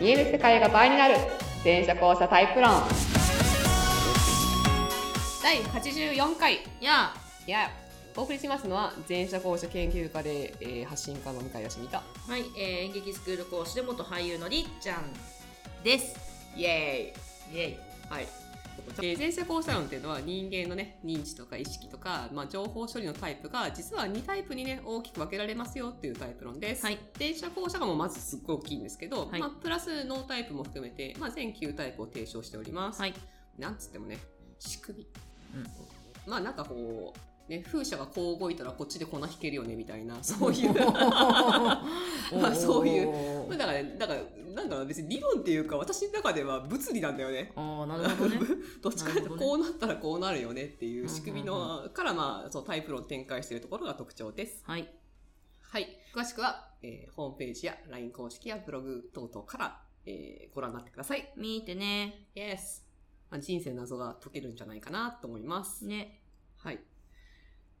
見える世界が倍になる全車交差タイプ論第84回やいやお送りしますのは全社交社研究家で、えー発信家の向井康美とあはい、えー演劇スクール講師で元俳優のりっちゃんですイエーイイエイはい。えー前者後者論っていうのは人間のね認知とか意識とか、まあ、情報処理のタイプが実は2タイプにね大きく分けられますよっていうタイプ論です。はい前者後者がもうまずすっごい大きいんですけど、はいまあ、プラスノータイプも含めて、まあ、全9タイプを提唱しております。 はいなんつってもね仕組み、まあなんかこう、ね、風車がこう動いたらこっちで粉引けるよねみたいな そう いうまあそういううだからねだからなんだろう別に理論っていうか私の中では物理なんだよね。ああなるほどね どっちかというとこうなったらこうなるよねっていう仕組みうんのからまあそうタイプ論を展開しているところが特徴です。 はいはい。詳しくは、えーホームページや LINE 公式やブログ等々から、えーご覧になってください。見てね Yes。まあ、人生の謎が解けるんじゃないかなと思います。ねはい。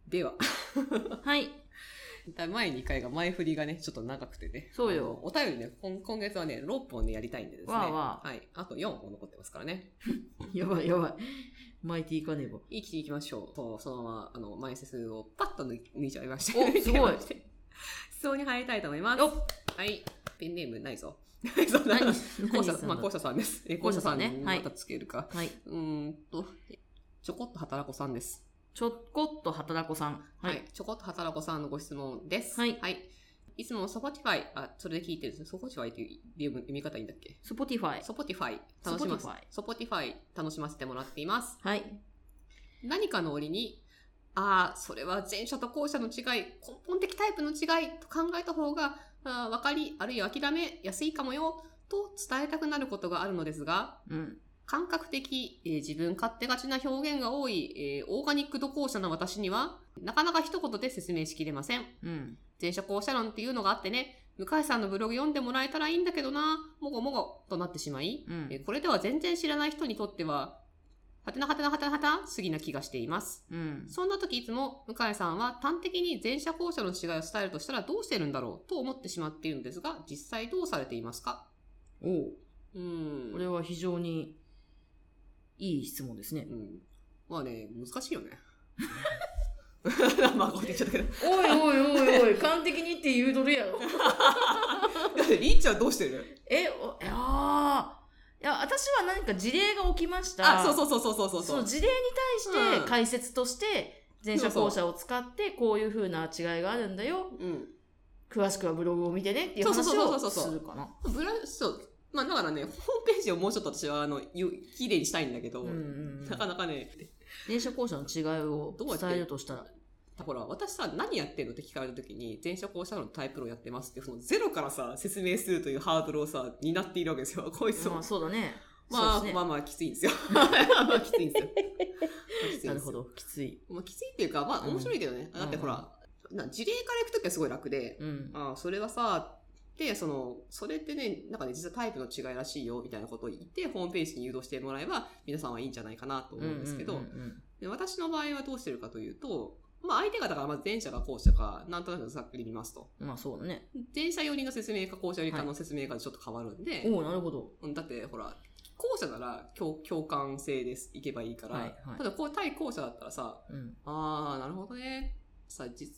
では、 はい前2回が前振りがね、ちょっと長くてね。そうよあのお便りね、今今月はね、6本でやりたいんでですね。わあわはい。あと4本残ってますからね。 やばいやばい巻いていかねば生きていきましょう。そうそのまま、あの、前節をパッと抜い抜いちゃいまして。おすごい 質問に入りたいと思います。よっはい。ペンネームないぞ。 ないぞ、 ない何ぞ。校舎何まあ、校舎さんです。え、校舎さん校舎さんねはまいたつけるか。はい、うーんと、ちょこっと働こさんです。ちょこっと働こさん。はい、ちょこっと働こさんのご質問です。はいはい。いつもソポティファイ、あ、それで聞いてるんですソポティファイっていう読む読み方いいんだっけ Spotify。ソポティファイ、楽しませ Spotify、ソポティファイ楽しませてもらっています。はい。何かの折に、ああ、それは前者と後者の違い、根本的タイプの違いと考えた方が、あー分かり、あるいは諦めやすいかもよ、と伝えたくなることがあるのですが、うん。感覚的、えー自分勝手がちな表現が多い、えーオーガニック度後者の私には、なかなか一言で説明しきれません。うん。前者後者論っていうのがあってね、向井さんのブログ読んでもらえたらいいんだけどな、もごもごとなってしまい、うんえーこれでは全然知らない人にとっては、はてなはてなはてなはてな、すぎな気がしています。うん。そんな時いつも向井さんは端的に前者後者の違いを伝えるとしたらどうしてるんだろうと思ってしまっているのですが、実際どうされていますかおううこれん。は非常にいい質問ですねう。ん。まあね、難しいよ ね。まあ、こう言っちゃったけど。おいおいおいおい、完璧にって言うとるやろ。だってリーチはどうしてるえ、お、いやーいや、私は何か事例が起きました。あ、そううそうそうそうそうそそう。の事例に対しうんて解説として、前者後者を使って、こういう風な違いがあるんだよ。うん。詳しくはブログを見てねっていう話そうそうそうをそうそうするかな。ブラそう。まあ、だからね、ホームページをもうちょっと私は、あの、ゆ綺麗にしたいんだけど、うんうんうんなかなかね、前者後者の違いをどうやって伝えるとしたら。だから私さ、何やってるのって聞かれた時に、前者後者のタイプ論やってますって、そのゼロからさ、説明するというハードルをさ、担っているわけですよ、 こいつまもあ。そうだね。まそあ、うですねまあまあ、きついん ですよ。まあ、きついんですよ。なるほど。ど、きつい。まあ、きついっていうか、まあ、うん面白いけどね。だってほら、な事例から行くときはすごい楽で、うん。ああ、それはさ、で、その、それってね、なんかね、実はタイプの違いらしいよ、みたいなことを言って、ホームページに誘導してもらえば、皆さんはいいんじゃないかなと思うんですけど、うんうんうんで私の場合はどうしてるかというと、まあ相手がだからまず前者か後者か、なんとなくざっくり見ますと。うんまあそうだね。前者寄りの説明か後者寄りかはの説明がちょっと変わるんで、おおなるほど。うんだってほら、後者なら共共感性です。いけばいいから。はいはいただこう対後者だったらさ、うん。あー、なるほどね。さ、じ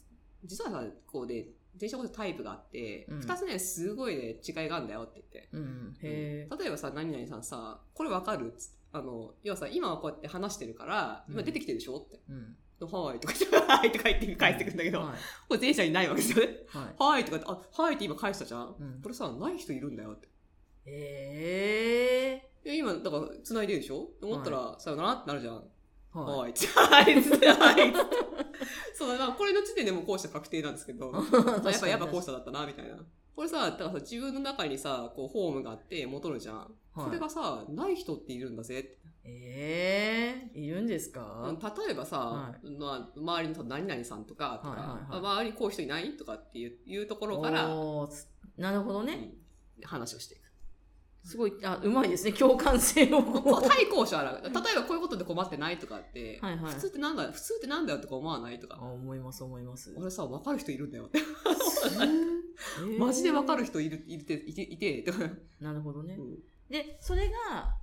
実はさ、こうで、前者後者タイプがあって、うん二、つね、すごいね、違いがあるんだよって言って。うん。例へえ。えばさ、何々さんさ、これわかるっつってあの、要はさ、今はこうやって話してるから、今出てきてるでしょって。うん。はいとか言って、 はいとか言って返してくるんだけど、はい。これ前者にないわけですよね。はい。はいとか言って、あ、はいって今返したじゃん。うんこれさ、ない人いるんだよって。へいえ。や、今、だから、繋いでるでしょ思ったら、さよならってなるじゃん。ははい。 はい。はい。 そう、だからこれの時点でもう後者確定なんですけど、 い。確やっかぱ、にやっぱ後者だったな、みたいな。これさ、だからさ、自分の中にさ、こう、ホームがあって戻るじゃん。はいそれがさ、ない人っているんだぜって。ええ。いるんですか例えばさ、はまあ、周りのさ何々さんとかとか、はいはいはいあ周りにこういう人いないとかっていういうところから、おーつなるほどね。うん話をしていく。すごい、あ、うまいですね。共感性を。こう対抗者あら、例えばこういうことで困ってないとかって、はいはい普通ってなんだ、普通ってなんだよとか思わないと あか、 思います、思います。俺さ、分かる人いるんだよって。マジでわかる人。人いる、いて、いて、いて、だから、なるほどねう。んで、それが、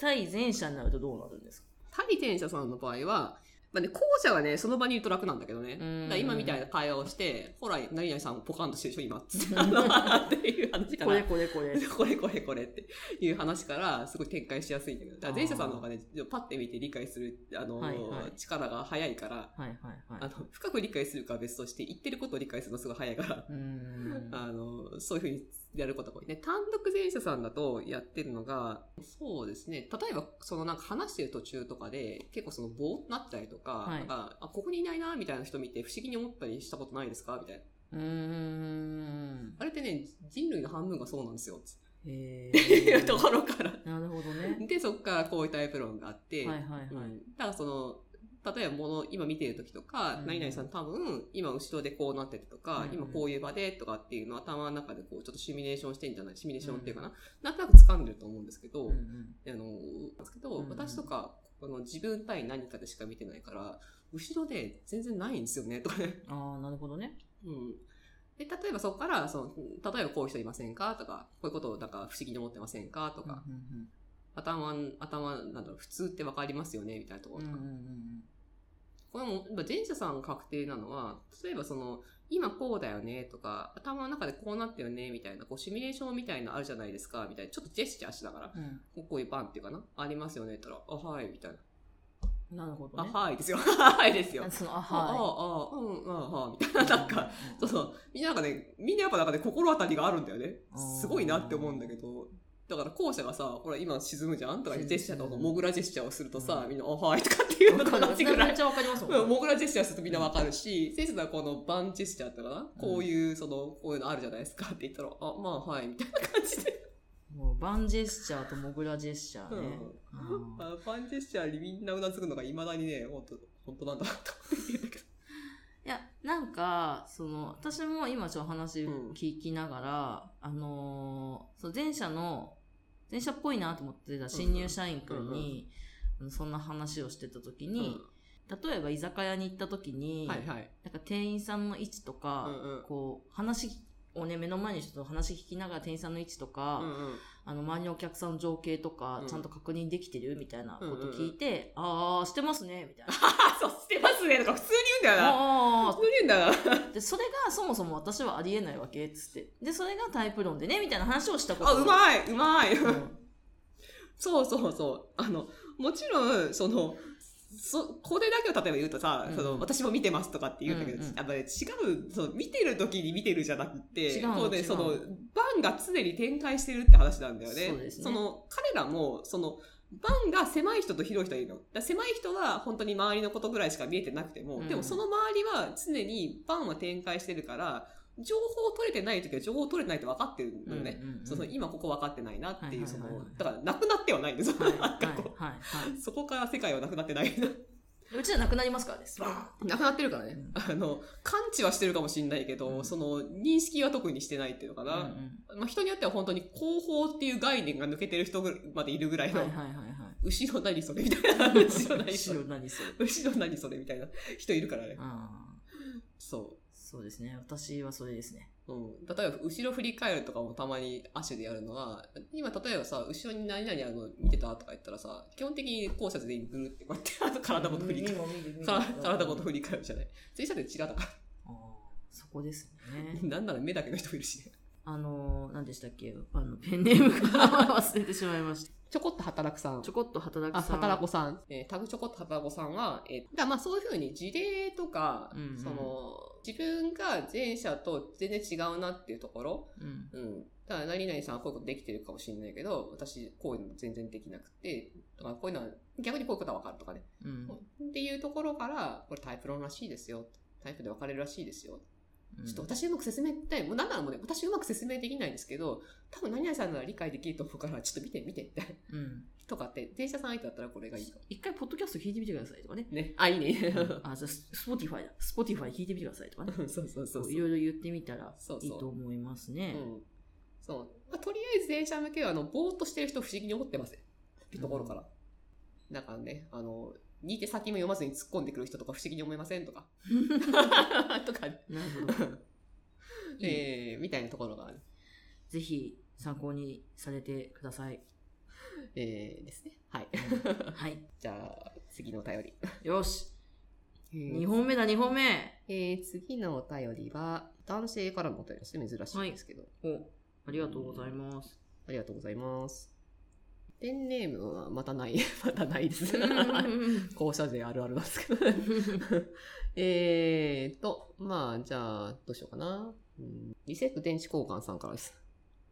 対前者になるとどうなるんですか対転者さんの場合は、まあね、後者はね、その場にいると楽なんだけどね。だうんから今みたいな会話をして、ほら、何々さんポカンとしてるでしょ、今。つって あのっていう話かこれら。これこれ。これこれこれっていう話からすごい展開しやすいんだけど、だから前者さんの方がね、パッて見て理解する、あの、はいはい力が早いから、はいはいあはいの、深く理解するかは別として、言ってることを理解するのすごい早いから、。うーん。あの、そういうふうにやることが多いね。単独前者さんだとやってるのが、そうですね。例えば、そのなんか話してる途中とかで、結構そのぼーっとなったりとか、はいなんか、あ、ここにいないな、みたいな人見て不思議に思ったりしたことないですかみたいな。うーん。あれってね、人類の半分がそうなんですよ。つへ っていう とー。ころから。なるほどね。で、そっからこういうタイプ論があって、はいはいはうい。んだからその、例えばもの、今見てる時とか、うん何々さん多分、今後ろでこうなっててとか、うん今こういう場でとかっていうのを頭の中でこう、ちょっとシミュレーションしてんじゃない、シミュレーションっていうかな、なんとなく掴んでると思うんですけど、うんうんあの、ですけど、うん私とか、あの自分対何かでしか見てないから、後ろで全然ないんですよね、とかね。ああ、なるほどね。うん。で、例えばそこから、その、例えばこういう人いませんかとか、こういうことをなんか不思議に思ってませんかとか、うんうん頭、頭、なんだろう、普通ってわかりますよねみたいなとこうろんとうんか。うんうんこれも、まあ前者さん確定なのは、例えばその、今こうだよねとか、頭の中でこうなったよねみたいな、こうシミュレーションみたいなのあるじゃないですか、みたいな、ちょっとジェスチャーしながら、うんこうこういうバンっていうかな、ありますよねって言ったら、あ、はい、みたいな。うん。なるほどあ、ね。はいですよ。はいですよ。そのああ、あ、 はあ、うん、あ、はい、み いたいな、なんか、、そうんうそう、みんななんかね、みんなやっぱなんかね、心当たりがあるんだよねあ。ーすごいなって思うんだけど、だから後者がさ、ほら今沈むじゃんとか沈むジェスチャーとか、モグラジェスチャーをするとさ、うんみんな、あ、はいとかっていうのわかとる同じぐらめいっ。ちゃわかりますもん。うんモグラジェスチャーするとみんなわかるし、先生はこのバンジェスチャーってかな、こういう、その、こういうのあるじゃないですかって言ったら、あ、まあはい、みたいな感じで。もうバンジェスチャーとモグラジェスチャーうねん。あーあバンジェスチャーにみんなうなずくのが未だにね、本当本当なんだなと思って言うんだけど。いや、なんか、その、私も今ちょっと話うん聞きながら、あのー、そう前者の、前者っぽいなと思ってた新入社員くんに、そんな話をしてた時に、例えば居酒屋に行った時うに、んはいはい。なんか店員さんの位置とか、うんうんこう、話をね、目の前に人と話聞きながら店員さんの位置とか、うんうんあの、周りのお客さんの情景とかう、んちゃんと確認できてるみたいなことうんうんうん聞いて、ああ、してますね、みた いな。あ、そう、してますねとか普通に言うんだよな。あ普通に言うんだよな。あ、で、それがそもそも私はありえないわけ、つって。で、それがタイプ論でね、みたいな話をしたことあ、ういまい、うまい。うんそうそうそう。あの、もちろん、その、そ、これだけを例えば言うとさ、うんその、私も見てますとかって言うんだけど、うんうんやっぱね違う、そう、見てる時に見てるじゃなくて、違うのこうね、違うその、番が常に展開してるって話なんだよね。そうですねの、彼らも、その、番が狭い人と広い人がいるの。だから狭い人は本当に周りのことぐらいしか見えてなくても、うんでもその周りは常に番は展開してるから、情報取れてない時は情報取れてないって分かってるのね。うんうんうんそうそう今ここ分かってないなっていう、はいそはいのはいはい、だからなくなってはないんですよ。はい、はなんかこい、はい、はう、そこから世界はなくなってないな。い。うちじゃなくなりますからです。バなくなってるからーンう。んあの、感知はしてるかもしれないけど、うんその、認識は特にしてないっていうのかな。うんうんまあ、人によっては本当に広報っていう概念が抜けてる人ぐらいまでいるぐらいの、はい、はい、はい、はい。後ろ何それみたいな。後ろ何それ白。何それ。後ろ何それみたいな人いるからね。ああ、そそうですね。私はそれですね。う。うん。例えば、後ろ振り返るとかもたまに足でやるのは、今例えばさ、後ろに何々あるの見てたとか言ったらさ、基本的に校舎でぐるってこうやって あの体ごと振り返る。も見る見るから体ごと振り返るじゃない。前者で違うだかあーそこですら。ね。なんなら目だけの人もいるしね。あのー、何でしたっけあの、ペンネームが忘れてしまいました。ちょこっと働くさん ちょ。こっと働あ、くさん。働こさん。えータグちょこっと働こさんは、えーだからまあそういうふうに事例とか、うんうんその、自分が前者と全然違うなっていうところ、うん。うん。だから何々さんはこういうことできてるかもしれないけど、私こういうの全然できなくて、だからこういうのは、逆にこういうことはわかるとかね。うん。っていうところから、これタイプ論らしいですよ。タイプで分かれるらしいですよ。うんちょっと私うまく説明って、もうなんならもうね、私うまく説明できないんですけど、多分何々さんなら理解できると思うから、ちょっと見て見てみたいな。うん。とかって、電車さん相手だったらこれがいいかも。一回、ポッドキャスト聞いてみてくださいとかね。ね。あ、いいね。 あ、じゃあススポティファイだ。スポティファイ聞いてみてください とかね。 そうそうそうそう。いろいろ言ってみたらそういいそうと思いますね。うん。そう。まあ、とりあえず電車向けは、あの、ぼーっとしてる人不思議に思ってます。ってところから。だからね、あの、似て先も読まずに突っ込んでくる人 とか不思議に思いませんとか。とかね。なるほど。いいええね、みたいなところがある。ぜひ参考にされてください。えー、ですね。はい。はい。 じゃあ、次のお便り。よし。えー2本目だ、2本目。えー次のお便りは、男性からのお便りですね。珍しいんですけど。お、ありがとうござい ます。ありがとうございます。ペンネームはまたない、 またないです。校舎税あるあるなんですけど。 えーと、まあ、じゃあ、どうしようかな。うんリセット電池交換さんからです。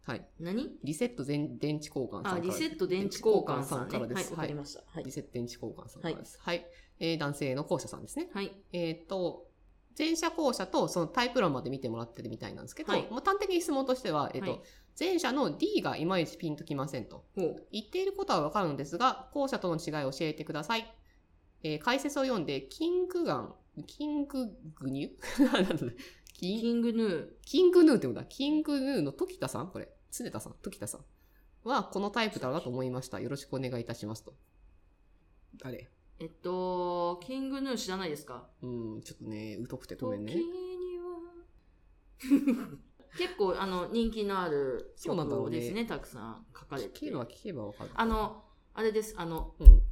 はい。何リセット全電池交換さんからあ、ですリセット電池交換さん電池交換さんからね。はい、でわす。かりました。はリい。セット電池交換さんからです。はい。えー男性の校舎さんですね。はい。えっ、と、前者後者とそのタイプ論まで見てもらってるみたいなんですけど、はいもう端的に質問としては、えっ、と、はい前者の D がいまいちピンときませんと。ほう。言っていることはわかるのですが、後者との違いを教えてください。えー解説を読んで、キングガン、キンググニュ なんだろうキンキングヌー。キングヌーってことだ。キングヌーの時田さんこれ。常田さん時田さんは、このタイプだなと思いました。よろしくお願いいたしますと。あれえっと、キングヌー知らないですかうん、ちょっとね、疎くてごめんね時。には結構、あの、人気のあるそうなんだろ曲うをねですね、たくさん書かれ聞てけば聞けばわかる。あ、の、あれです、あの、うん。呪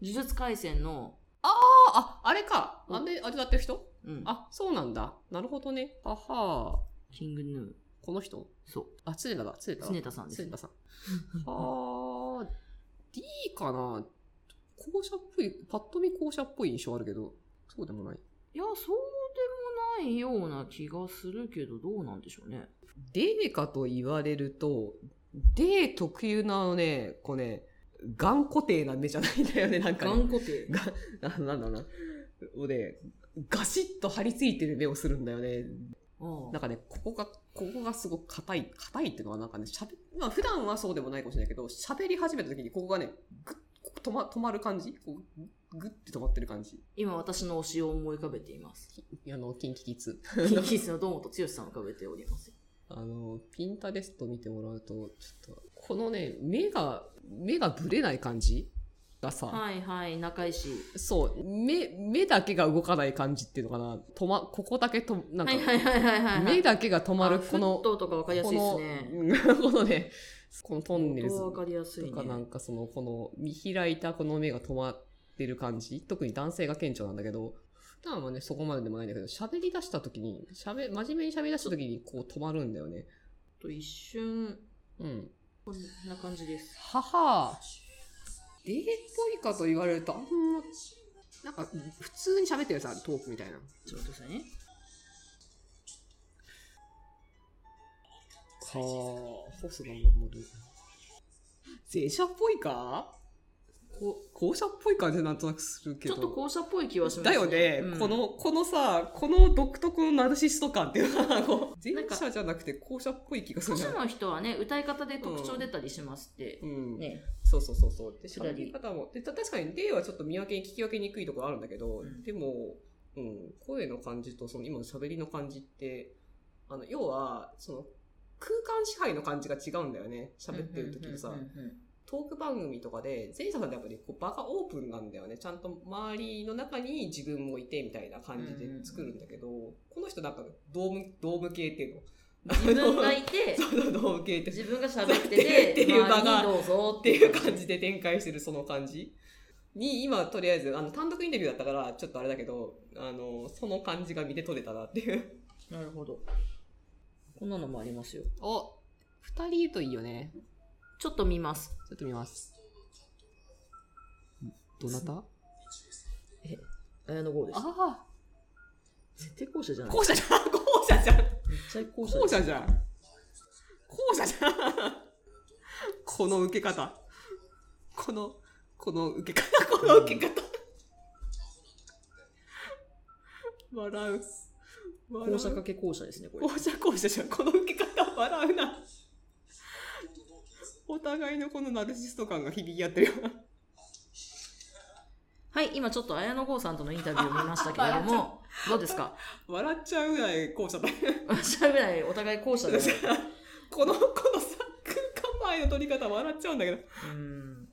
術廻戦の、あ、あ、あれか。あれ、あれだってる人うん、あ、そうなんだ。なるほどね。あはキングヌー。ー。この人そう。あ、常田だ。常田だ。常田さんです常ね田さん。はー、D かな校舎っぽい、パッと見校舎っぽい印象あるけど、そうでもない。いや、そうでもないような気がするけど、どうなんでしょうね。デーかと言われると、デー特有なね、こうね、頑固定な目じゃないんだよね、なんかね、頑固定。あのなんだろうな。をね、ガシッと張り付いてる目をするんだよね。あなんかね、ここが、ここがすごく硬い、硬いっていうのはなんかね、喋、まあ普段はそうでもないかもしれないけど、喋り始めた時にここがね、ぐっ、ここ止ま、止まる感じこう、ぐって止まってる感じ。今、私の推しを思い浮かべてい ます。あの、キンキキッズ。キンキスの堂本剛さんを浮かべております。あの、ピンタレスト見てもらうと、ちょっと、このね、目が、目がぶれない感じがさ、はいはい、仲良いし。そう、目、目だけが動かない感じっていうのかな、止ま、ここだけと、なんかはい、はいはいはいはい。目だけが止まる、あこの、フットとかわかりやすいですね。この、 うんこのね、このトンネルズわとかりやすいね。かなんかその、この見開いたこの目が止まってる感じ、特に男性が顕著なんだけど、普段はね、そこまででもないんだけど、喋り出した時に、喋、真面目に喋り出した時に、こう止まるんだよね。と一瞬、うん。こんな感じです。母デーっぽいかと言われるとあんまなんか普通に喋ってるさトークみたいなちょっと待ってくださいね。はあホスが守る前者っぽいかこ後者っぽい感じなんとなくするけちどょっと校舎っぽい気はしますだよね、うんこのこのさこの独特のナルシスト感っていうのはこうなん前か者じゃなくて後者っぽい気がす歌るじゃ手んの人はね、歌い方で特徴出たりしますってう。ん、ね。そうそうそうそう。で、下喋りり方も。で、た確かに、例はちょっと見分け、聞き分けにくいところあるんだけど、うんでも、うん、声の感じと、その今の喋りの感じって、あの、要は、その、空間支配の感じが違うんだよね。喋ってる時のさうんう、んうんうんトーク番組とかで、前者さんってやっぱりこう場がオープンなんだよね。ちゃんと周りの中に自分もいてみたいな感じで作るんだけど、この人なんかドーム、ドーム系っていうの。自分がい て、そうそう、ドーム系って自分が喋ってってて、いう場が周りにどうぞっていう感じで展開してるその感じに今とりあえずあの単独インタビューだったからちょっとあれだけどあのその感じが見て取れたなっていうなるほど。こんなのもありますよ。お二人いるといいよねちょっと見ます。ちょっと見ますどなたあ綾野剛です。あ絶対校舎じゃない。後者じゃん後者じゃん絶対校舎後者じゃん後者じゃんこの受け方このこの受け方この受け方笑う校舎笑うかけ校舎ですね、これ。校舎校舎じゃんこの受け方笑うなお互いのこのナルシスト感が響き合ってるよはい、今ちょっと綾野剛さんとのインタビューを見ましたけれども、どうで すか笑っちゃうぐらい校舎だ喋らない、お互い校舎で。このこのさ空間前の撮り方笑っちゃうんだけどうん。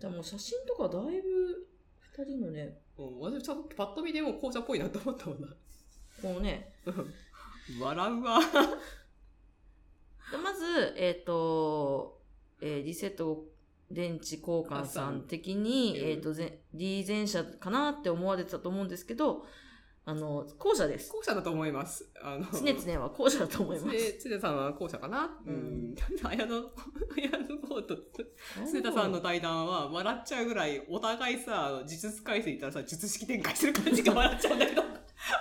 でも写真とかだいぶ、二人のね、うん、私ちょっとパッと見でも校舎っぽいなと思ったもんなこのね、笑うわ。でまず、えっ、と、えーリセット電池交換さん的に、うんえっ、と、ぜ D 前者かなって思われてたと思うんですけど、あの、後者です。後者だと思います。あの、常々は後者だと思います。つねさんは後者かな。ううんん。綾 野、綾野剛と常田さんの対談は笑っちゃうぐらい、お互いさ、あの呪術改正言ったらさ、術式展開してる感じが笑っちゃうんだ けど、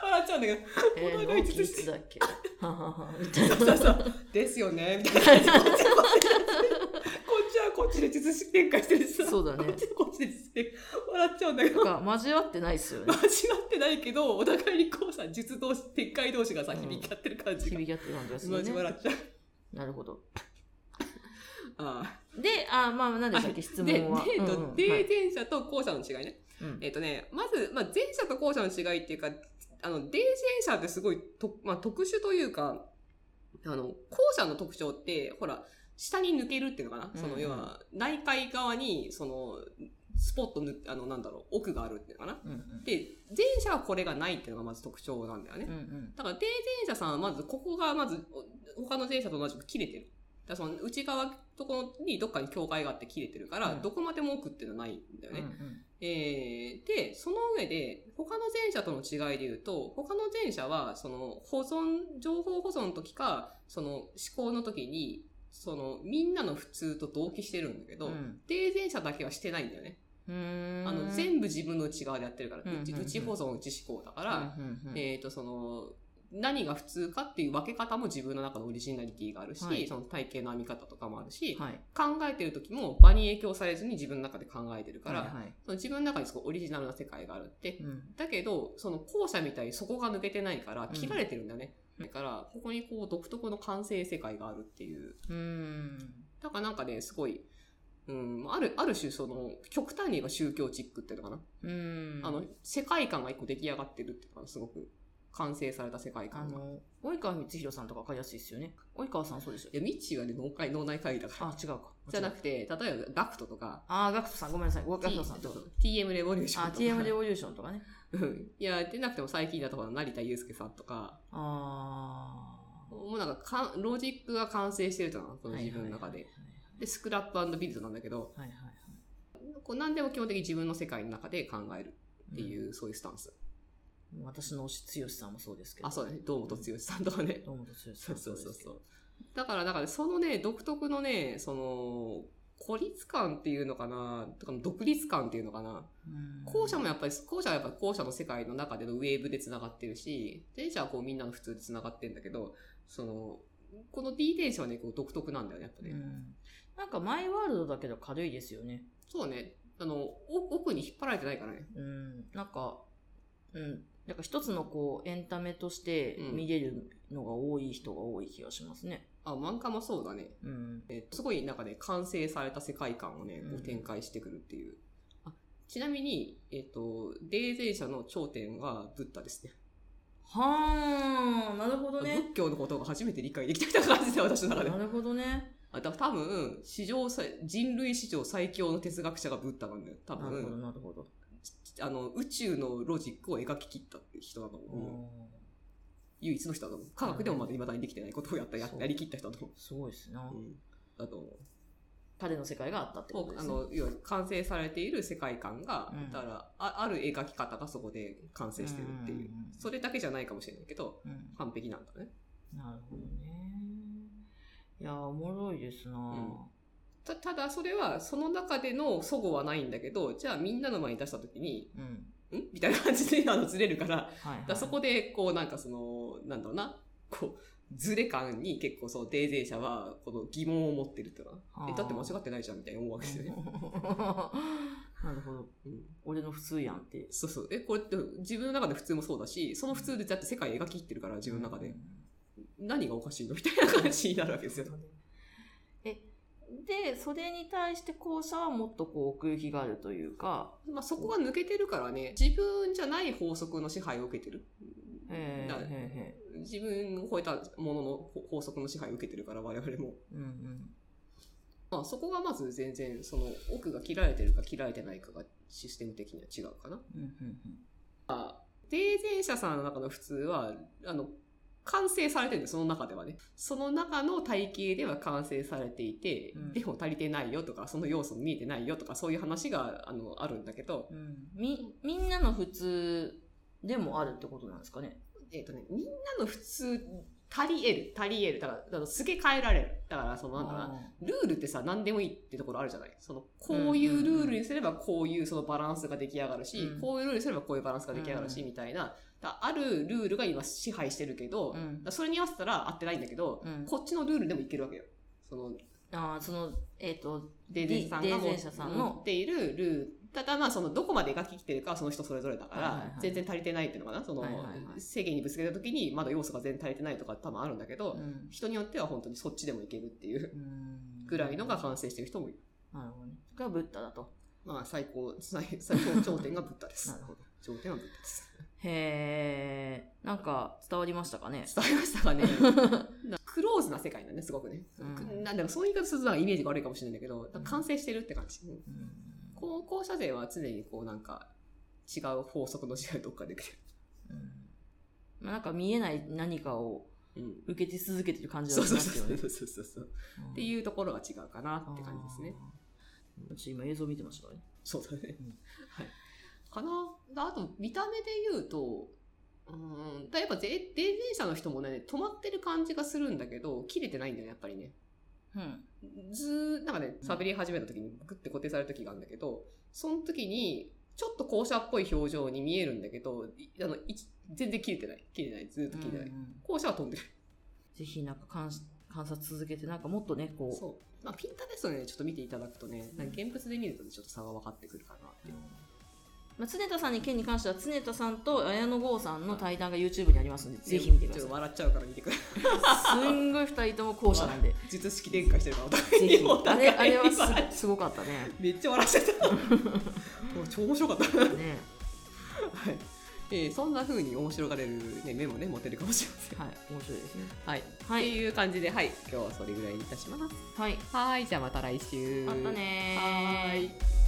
笑っちゃうんだけど、えー、お納互い期いつだっけはははみたいな。そうそう。ですよね、 みたいな感じで。こっちはこっちで術式展開してるしさ。そうだねこっちはこっちで術式笑っちゃうんだけど。なんか交わってないっすよ間ね 違。ってないけど、お互いにこうさ、術同士、撤回同士がさ、うん響き合ってる感じが。響き合ってる感じがす同るじね笑。っちゃう。なるほど。あで、あ、まあ、何あでしたっけ質問は。で、で、うんとうんではい前者と後者の違いね。うんえっ、とね、まず、まあ、前者と後者の違いっていうか、あの、で前者ってすごいと、まあ、特殊というか、あの、後者の特徴って、ほら、下に抜けるっていうのかな、そうんうの、ん要は、内海側に、その、スポットぬ、あの、なんだろう、奥があるっていうのかな。うんで、前者はこれがないっていうのがまず特徴なんだよねうん。うんだから、定前者さんはまず、ここがまず、お他の前者と同じく切れてる。だからその内側のところにどっかに境界があって切れてるから、うんどこまでも奥っていうのはないんだようんうね。んえーで、その上で、他の前者との違いで言うと、他の前者は、その保存、情報保存の時か、その思考の時に、そのみんなの普通と同期してるんだけど、うん定前者だけはしてないんだよね。うーんあの、全部自分の内側でやってるから、うんうんうん内内保存、内思考だから、うんうんうんえー、と、その、何が普通かっていう分け方も自分の中のオリジナリティがあるし、はいその体型の編み方とかもあるし、はい。考えてる時も場に影響されずに自分の中で考えてるから、はいはいその自分の中にすごいオリジナルな世界があるって。うんだけど、その後者みたいにそこが抜けてないからうん切られてるんだね。うんだから、ここにこう独特の完成世界があるっていう。うーん。だからなんかね、すごい、うん、ある、ある種その、極端に言えば宗教チックっていうのかな。うーん。あの、世界観が一個出来上がってるっていうのがすごく完成された世界あ観が。の、及川光弘さんとかわかりやすいですよね。及川さんそうでしょい。や、ミッチーはね、脳会、脳内会議だから。あ、違うか。じゃなくて、例えば、ガクトとか、あー、ガクトさん、ごめんなさい。ガク T- トさんってこと。 TM レボリューションあ、とか。 TM レボリューションとかね。うんいや、出なくても最近だとほら、成田悠介さんとか、あー。もうなんかかん、ロジックが完成してるじゃん、この 自分の中はいで。で、スクラップビルドなんだけど、はいはい。はいはいはこう何でも基本的に自分の世界の中で考えるっい。ていう、そういうスタンス。うん。私の推し、剛さんもそうですけど。あ、そうだね。堂本剛さんとかね。堂本剛さんもそうそうそうですけそどう。だから、だから、そのね、独特のね、その、孤立感っていうのかな、とか独立感っていうのかな。うん後者もやっぱり、後者はやっぱり後者の世界の中でのウェーブで繋がってるし、前者はこうみんなの普通で繋がってるんだけど、その、この D 電車はね、こう独特なんだよね、やっぱね。うんなんかマイワールドだけど軽いですよね。そうね。あの、お奥に引っ張られてないからね。うん。なんか、うん。なんか一つのこう、エンタメとしてうん見れるのが多い人が多い気がしますね。あ、漫画もそうだね。うん。えっとすごいなんかね、完成された世界観をね、こううん展開してくるっていう。あちなみに、えっ、と、霊前者の頂点はブッダですね。はー、なるほどね。仏教のことが初めて理解できたみたいな感じで、私の中で。なるほどね。あだから多分、史上最、人類史上最強の哲学者がブッダなんだよ。多なるほど、分、なるほど。あの、宇宙のロジックを描き切ったって人だと思う。唯一の人だと思う。科学でもまだ未だにできてないことをやった、やそうやりきった人だと思すごいですなう。う。ん。だと思う。彼の世界があったってこともうであすね。の要は完成されている世界観が、うんだからあある描き方がそこで完成してるっていう、うんうんうんそれだけじゃないかもしれないけどうん完璧なんだねなるほどね。いやー、おもろいですな。んたただそれはその中でのそごはないんだけどじゃあみんなの前に出した時にうん。 「ん?」みたいな感じであのずれるからはい、はい。だからそこでこうなんかそのなんだろうなこうずれ感に結構その定前者はこの疑問を持ってるっていうのはあーえだって間違ってないじゃんみたいに思うわけですよね。 なるほど。うん俺の普通やんって。そうそう。え、これって自分の中で普通もそうだし、その普通でだって世界描き切ってるから、自分の中で。何がおかしいのみたいな感じになるわけですよ。え、で、それに対して後者はもっとこう奥行きがあるというか、まあ、そこが抜けてるからね、自分じゃない法則の支配を受けてる。へーだへーへ自分を超えたものの法法則の支配を受けてるから、我々も。ーうんうん。まあ、そこがまず全然、その奥が切られてるか切られてないかがシステム的には違うかな。うんうんうん定前者さんの中の普通は、あの、完成されてるんです、その中ではね。その中の体系では完成されていて、うんでも足りてないよとか、その要素見えてないよとか、そういう話が、あの、あるんだけど、うん、み、みんなの普通でもあるってことなんですかね。えっ、とね、みんなの普通、足り得る、足り得る。だから、だからすげえ変えられる。だから、その、なんだろうな、ルールってさ、何でもいいってところあるじゃないその、こういんううんルうんールにすればこういうそのバランスが出来上がるし、うんこういうルールにすればこういうバランスが出来上がるし、うんみたいな。だあるルールが今支配してるけど、あーうんだそれに合わせたら合ってないんだけど、うんこっちのルールでもいけるわけよ。その、あーその、えっ、と、デーデンさんがデーデ持ン社さんのっているルール。ただまあそのどこまで描ききってるかはその人それぞれだかはいはいらはい全然足りてないっていうのかなそのはいはいはい制限にぶつけた時にまだ要素が全然足りてないとか多分あるんだけどん人によっては本当にそっちでもいけるっていううんぐらいのが完成してる人もいるなるほどね。がブッダだと。まあ最高最 最高頂点がブッダですなるほど。頂点はブッダですへえ、なんか伝わりましたかね。伝わりましたかね なクローズな世界なんねすごくね、うんなんだかそういう言い方するとなんかイメージが悪いかもしれないんだけどなんか完成してるって感じ、うんうん高校者勢は常にこうなんか違う法則の違いどっかで出てるうんまあ、なんか見えない何かをうん受けて続けてる感じそがうそしうますそよね。うそうそうそう。っっていうところが違うかなって感じですね。。あーちょっと今映像見てましたからね。そうだねうん。はい。かな。あと、見た目で言うと、うーん、だやっぱ電電車の人もね、止まってる感じがするんだけど、切れてないんだよね、やっぱりね。うん。ずー、なんかね、喋り始めた時にグッて固定される時があるんだけど、その時に、ちょっと校舎っぽい表情に見えるんだけど、いあの、い全然切れてない。切れてない。ずーっと切れてなうい。んうん校舎は飛んでる。ぜひなんか観し観察続けて、なんかもっとね、こう。そう。まあ、ピンタレストでね、ちょっと見ていただくとね、なんか現物で見るとねちょっと差が分かってくるかなっていう。まあ、常田さんに件に関しては常田さんと綾野剛さんの対談が YouTube にありますのでぜひ見てくだちょっさと笑っちゃうから見てくださいすんごい2人とも後者なんでぜい。術式展開してるから、お互いにひおあれあ互いれにはすすごかったねめっちゃ笑っちゃった。もう超面白かった。はい。ねえーそんな風に面白がれる、ね、目もね、持てるかもしれません。はい面白いですねはい。はいっていう感じで、はい。今日はそれぐらいにいたします。はいはい。じゃあまた来週。またねはーーい。